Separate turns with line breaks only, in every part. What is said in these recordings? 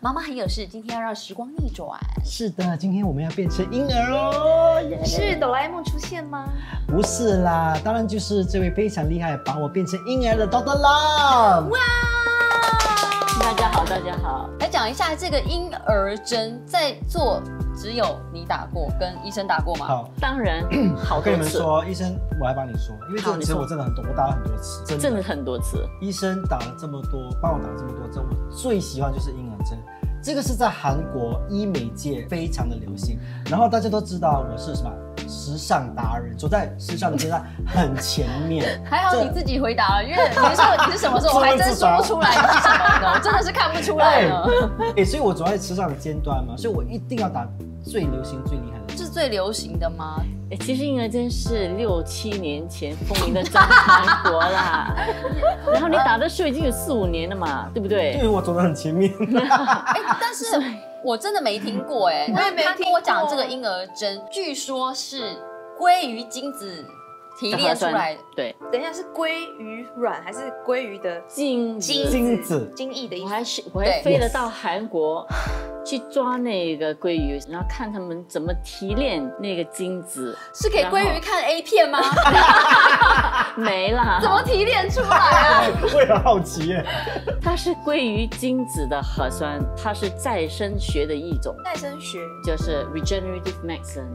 妈妈很有事，今天要让时光逆转。
是的，今天我们要变成婴儿哦。耶
是哆啦 A 梦出现吗？
不是啦，当然就是这位非常厉害把我变成婴儿的 Doctor Love。
大家好，大家好，来讲一下这个婴儿针在做，只有你打过，跟医生打过吗？
好，
当然，好
我跟
多
你们
次，
说，医生，我来帮你说，因为这
好
个
你
针
说
我真的很多，我打了很多次，真的。
真的很多次。
医生打了这么多，帮我打了这么多针，我最喜欢就是婴儿针。这个是在韩国医美界非常的流行，然后大家都知道我是什么时尚达人，走在时尚的街上很前 面。
还好你自己回答了，因为你说你是什么时候，我还真说不出来你是什么呢，我真的是看
哦
不出来呢。
哎，所以我走在时尚的尖端嘛，所以我一定要打最流行、最厉害的。
是最流行的吗？
诶哎其实婴儿针是六七年前风靡的在韩 国啦，然后你打的时候已经有四五年了嘛，对不
因
对
为？我走得很前 面，
哎、但是我真的没听过哎、
我也没
那他
听
跟我讲
过
这个婴儿针，据说是鲑鱼精子提炼出来的。
对，
等一下是鲑鱼卵还是鲑鱼的
进
精
精子
精液的意
我
思？
还是我还
对
飞了
Yes
到韩国去抓那个鲑鱼，然后看他们怎么提炼那个精子，
是给鲑鱼看 A 片 吗？啊
没啦，
怎么提炼出 来啊？
我也好奇 耶。
它是鲑鱼精子的核酸，它是再生学的一种，
再生学
就是 regenerative medicine，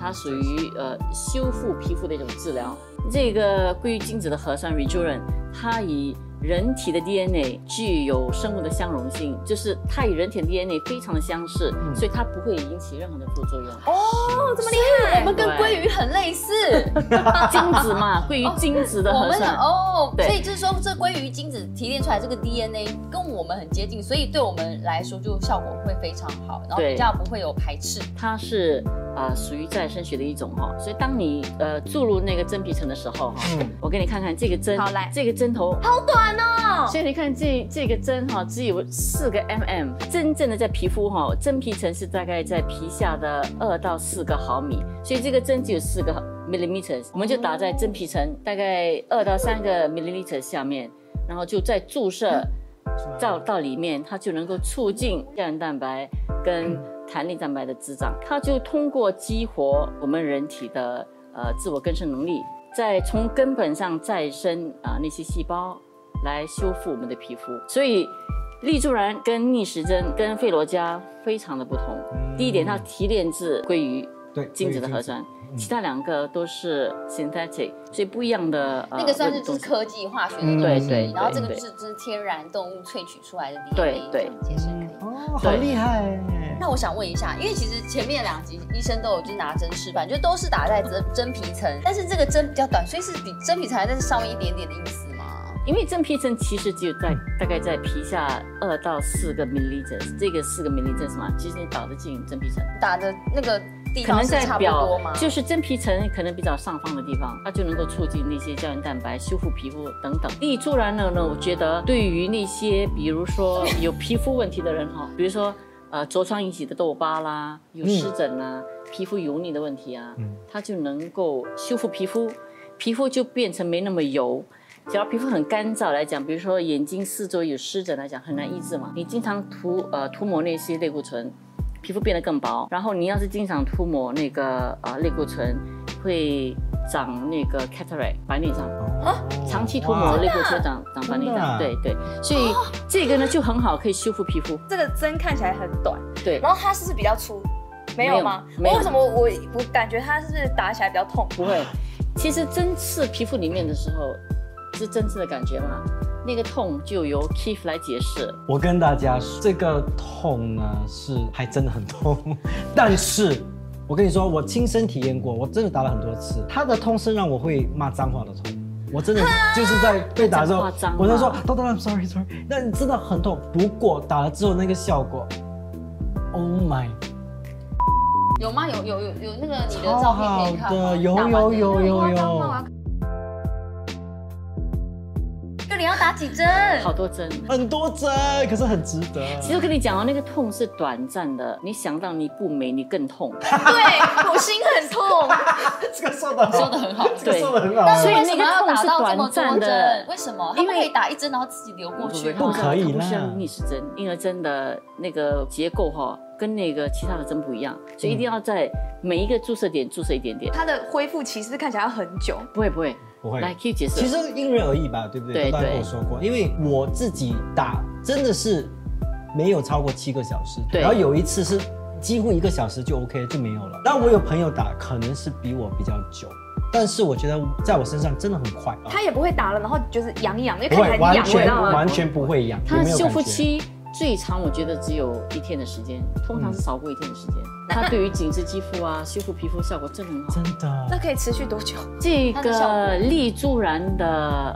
它属于呃修复皮肤的一种治疗。这个鲑鱼精子的核酸 rejuven，它以人体的 DNA 具有生物的相容性，就是它与人体的 DNA 非常的相似，
嗯
所以它不会引起任何的副作用。
哦，这么厉害！我们跟鲑鱼很类似，
精子嘛，鲑鱼精子的
我
核
们
酸。
哦，
对
所以就是说，这鲑鱼精子提炼出来这个 DNA 跟我们很接近，所以对我们来说就效果会非常好，然后
对
比较不会有排斥。
它是啊、属于再生学的一种哈、所以当你呃注入那个真皮层的时候哈、
嗯
我给你看看这个针，
好来
这个针头好短哦。所以你看这这个针哈、只有四个 mm，真正的在皮肤哈、真皮层是大概在皮下的二到四个毫米，所以这个针只有四个 millimeters，我们就打在真皮层大概二到三个 millimeter 下面，然后就再注射。到到里面，它就能够促进胶原蛋白跟弹力蛋白的滋长，它就通过激活我们人体的呃自我更生能力，再从根本上再生啊、那些细胞来修复我们的皮肤。所以，丽珠兰跟逆时针跟费罗嘉非常的不同。第一点，它提炼自鲑鱼
嗯对
嗯精子的嗯核，酸，其他两个都是 synthetic，所以不一样的、呃、
那个算是就
东
是
西
科技化学的
嗯
东
对
西，
对，
然后这个
对
就是就是天然动物萃取出来的 DNA，
对对嗯
这样解释可以。
哦，好厉害耶。
那我想问一下，因为其实前面两集医生都有就是拿针示范，就都是打在真真皮层，但是这个针比较短，所以是比真皮层还在上面一点点的意思吗？
因为真皮层其实只有在大概在皮下二到四个 millimeters，这个四个 millimeters 嘛，其实你导得进真皮层，
打的那个地
可能
方是
在
差不多
表
吗？
就是真皮层可能比较上方的地方，它就能够促进那些胶原蛋白修复皮肤等等。丽珠然呢呢，我觉得对于那些比如说有皮肤问题的人哈，比如说呃痤疮引起的痘疤啦，有
嗯
湿疹啦，皮肤油腻的问题啊，
嗯
它就能够修复皮肤，皮肤就变成没那么油。只要皮肤很干燥来讲，比如说眼睛四周有湿疹来讲，很难医治嘛。你经常涂呃涂抹那些类固醇，皮肤变得更薄。然后你要是经常涂抹那个呃类固醇，会长那个 cataract 白内障。啊
哦
长期涂抹类固醇长长白内
真的啊
障，对对，所以这个呢就很好，可以修复皮肤。
这个针看起来很短，
对，
然后它是不是比较粗？没有吗？
没有没有
为什么我我感觉它是不是打起来比较痛？
不会。其实针刺皮肤里面的时候，是针刺的感觉嘛，那个痛就由 Keith 来解释。
我跟大家说，这个痛呢是还真的很痛， 但是我跟你说，我亲身体验过，我真的打了很多次，它的痛是让我会骂脏话的痛。我真的就是在被打的时候
骂脏话，
我就说“豆豆，I'm sorry sorry”，那你真的很痛。不过打了之后那个效果，Oh my，
有吗？有有有有那个你的
超
照片可
好
以看吗？
的，有有有有有。
就你要要打几针？
好多针。
很多针，可是很值得。
其实我跟你讲哦，那个痛是短暂的，你想到你不美，你更痛。
对，我心很 痛。
这个说的
说的很好。
这个说的很好
但
啊，
是
所以
为什么
那个
要
痛
打
是
到这
短
么多
暂的
针？为什么？他
因
们可以
为
打一针，然后自己流过去
不
吗？
可以啦
它不是用逆时针，婴儿针的那个结构哈、跟那个其他的针不一样，所以一定要在每一个注射点注射一点点。
它的恢复期是不是看起来要很久？
不会不会，
不会
来 Q 解释。
其实因人而异吧，对不对？
对
大家跟我
对
说过，因为我自己打真的是没有超过七个小时，
对
然后有一次是几乎一个小时就 OK 就没有了。但我有朋友打可能是比我比较久，但是我觉得在我身上真的很快啊，
它也不会打了，然后就是痒痒，就
不
看起
会
来
完
痒，你知
全
道吗？
完全不会痒，也
它
没有
修
感
复
觉。嗯
期最长，我觉得只有一天的时间，通常是少过一天的时间。
那
它对于紧致肌肤啊，修复皮肤效果真的很 好
真。
那
的，
可以持续多久？
这
它的效果
个丽珠然的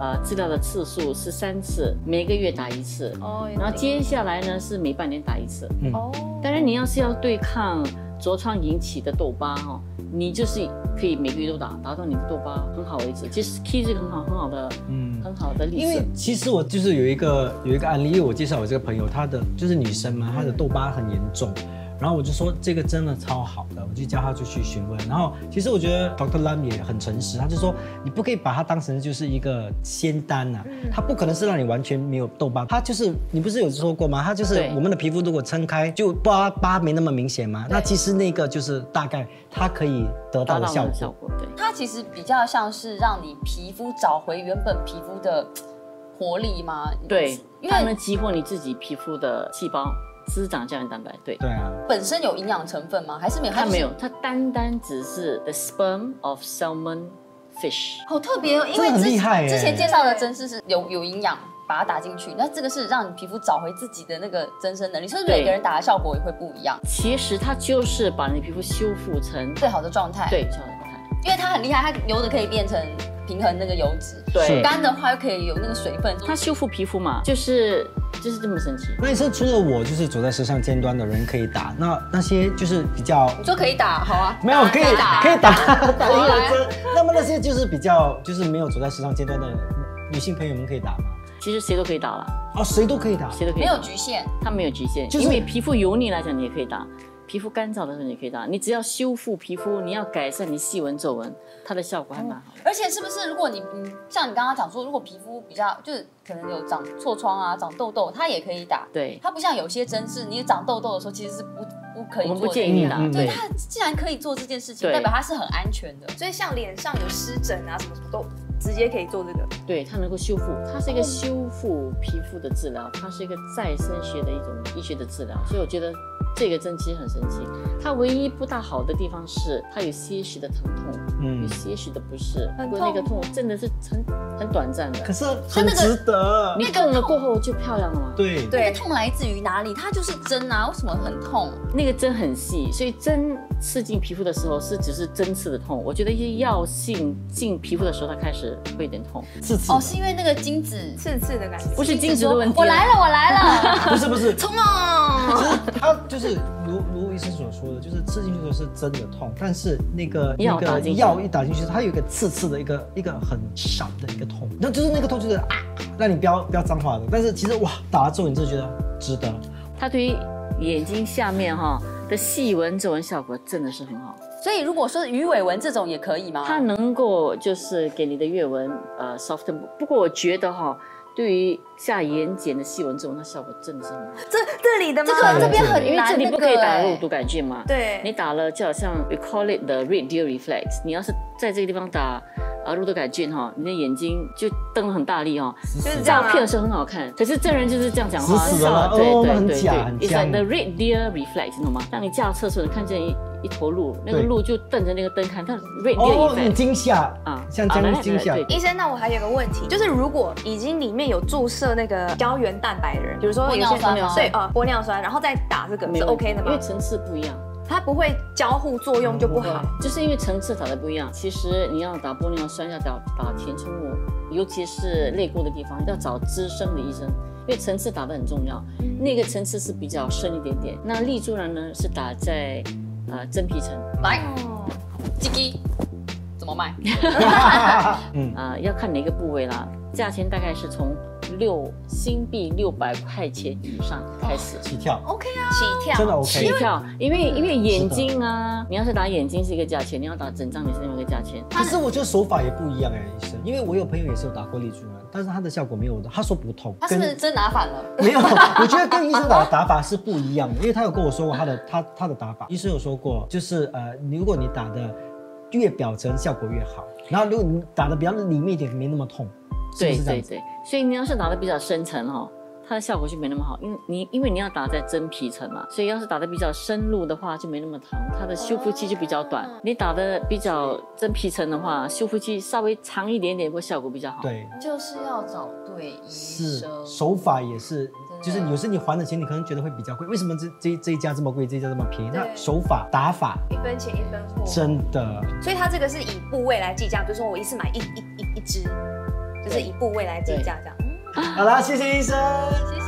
呃治疗的次数是三次，每个月打一次，
哦，
然后接下来呢是每半年打一次。
嗯，
哦，
当然，你要是要对抗痤疮引起的痘疤哦，你就是可以每个月都打，打到你的痘疤很好为止。其实 K 是个很好很好的、
嗯
很好的例
因为
子。
其实我就是有一个有一个案例，因为我介绍我这个朋友，她的就是女生嘛，她的痘疤很严重，然后我就说这个真的超好的，我就叫她就去询问。然后其实我觉得 Dr. Lam 也很诚实，他就说你不可以把它当成就是一个仙丹呐、它不可能是让你完全没有痘疤，它就是你不是有说过吗？它就是
对
我们的皮肤如果撑开就疤疤没那么明显嘛，那其实那个就是大概它可以得到
达
的
到
效
我的
果。
效果，对，
它其实比较像是让你皮肤找回原本皮肤的活力吗？
对，
因
它
为
能激活你自己皮肤的细胞滋长胶原蛋白，对。
对啊，
本身有营养成分吗？还是没有？
它
就是
没有，它单单只是 the sperm of salmon fish。
好特别哦，因
这
为
个很
之
厉害耶
之前介绍的针是是有有营养，把它打进去，那这个是让你皮肤找回自己的那个增生能力，所以
对
每个人打的效果也会不一样。
其实它就是把你的皮肤修复成
最好的状态，，
对胶原蛋白。
因为它很厉害，它油的可以变成平衡那个油脂，
是
对，
干的话又可以有那个水分。
它修复皮肤嘛，就是就是这么神奇。
那你说除了我就是走在时尚尖端的人可以打，那那些就是比较
你说可以打，好啊，
没有可以
打
可以打打
好
婴
啊
儿针，那么那些就是比较就是没有走在时尚尖端的女性朋友们可以打吗？
其实谁都可以打了，
哦，谁都可以打，
谁都可以
没
打。
有局限，
它没有局限，
就是
因为皮肤油腻来讲，你也可以打；皮肤干燥的时候你也可以打。你只要修复皮肤，你要改善你细纹皱纹，它的效果还蛮好
哦
的。
而且是不是如果你你像你刚刚讲说，如果皮肤比较就是可能有长痤疮啊、长痘痘，它也可以打。
对，
它不像有些针是你长痘痘的时候其实是不不可以
我
做
们不
的。
建议打。
嗯嗯
对它既然可以做这件事情，
对
代表它是很安全的。
所以像脸上有湿疹啊什么什么都直接可以做这个。
对，它能够修复，它是一个修复皮肤的治疗，它是一个再生学的一种医学的治疗，所以我觉得这个针其实很神奇。它唯一不大好的地方是它有些许的疼痛，有
嗯，
些许的不适，
很
不过那个
痛
痛真的是很很短暂的
可。是很值得
你，动了过后就漂亮了嘛？
对
对
那个痛来自于哪里？它就是针啊，为什么很痛？
那个针很细，所以针刺进皮肤的时候是只是针刺的痛。我觉得一些药性进皮肤的时候，它开始会有点痛。
刺刺
哦，是因为那个精子
刺刺的感觉。
不是精子的问题啊
我来了，我来 了。
不是不是，
冲啊！
它就是如如医生所说的，就是刺进去的时候是真的痛，但是那个
药
那
打
个
进去
药一打进去，它有一个刺刺的一个一个很闪的一个痛，那就是那个痛就是啊，让你不要不要脏话的，但是其实哇，打了之后你就觉得值得，
它对于眼睛下面哈、的细纹皱纹效果真的是很好，
所以如果说鱼尾纹这种也可以吗？
它能够就是给你的月纹呃 soften。不过我觉得哈、对于下眼睑的细纹皱纹，它效果真的是很好，
这 这里的吗？
这个这边很
因为
难
这里
那
不可以
个
打
欸
肉毒杆菌嘛。你
对，
打了就好像 we call it the red deer reflex，你要是在这个地方打啊肉毒杆菌哈，你的眼睛就瞪得很大力哦。
就是这样
照
啊
片的时候很好看，可是真人就是这样讲话，
死死的啦
对
哦
对
很
对
假
对
很
，it's
僵
like the red deer reflex，你懂吗？当你驾车的时候，你看见一一头鹿，那个
对
鹿就瞪着那个灯看，它 red
哦
deer，
你
reflex
惊吓
啊
像
啊
这
来
样
来
惊
来
吓，
对
医生，那我还有个问题，就是如果已经里面有注射那个胶原蛋白的人，比如说
玻
有
尿
些
酸
有
吗？
些
对啊玻尿酸，然后再打这个
没
是
有
OK 的
因为
吗？
层次不一样。
它不会交互作用就不好
嗯。
啊就是因为层次打的不一样，其实你要打玻尿酸，要打打填充物，尤其是泪沟的地方，要找资深的医生，因为层次打的很重要。那个层次是比较深一点点，那丽珠兰呢是打在呃真皮层，
来，
哦，
鸡鸡怎么卖？
嗯，
啊，要看哪个部位啦，价钱大概是从六新币六百块钱以上开始。
起跳，
啊
起跳，
真的 OK，
起跳，因为因为眼睛啊，你要是打眼睛是一个价钱，你要打整张脸是另外一个价钱。
可是我觉得手法也不一样哎，医生，因为我有朋友也是有打过丽珠丸，但是他的效果没有我的，他说不痛，
他是不是真拿反了？
没有，我觉得跟医生打的打法是不一样的，因为他有跟我说过他的他他的打法，医生有说过，就是呃，如果你打的越表层效果越好，然后如果你打的比较里面一点，没那么痛，是不
对
是这
对
样子？
对，所以你要是打的比较深层哦，它的效果就没那么好，因为你因为你要打在真皮层嘛，所以要是打的比较深入的话就没那么疼，它的修复期就比较短。你打的比较真皮层的话，修复期稍微长一点点，会效果比较好。
对，
就是要找对医
是
生。
手法也是，
真的
就是有时你还的钱，你可能觉得会比较贵，为什么这这这一家这么贵，这一家这么便宜？
对
那手法打法
一分钱一分货。
真的
所以它这个是以部位来计价，比如说我一次买一一一一支，就是以部位来计价这样。嗯
好啦，谢谢医生。
谢谢。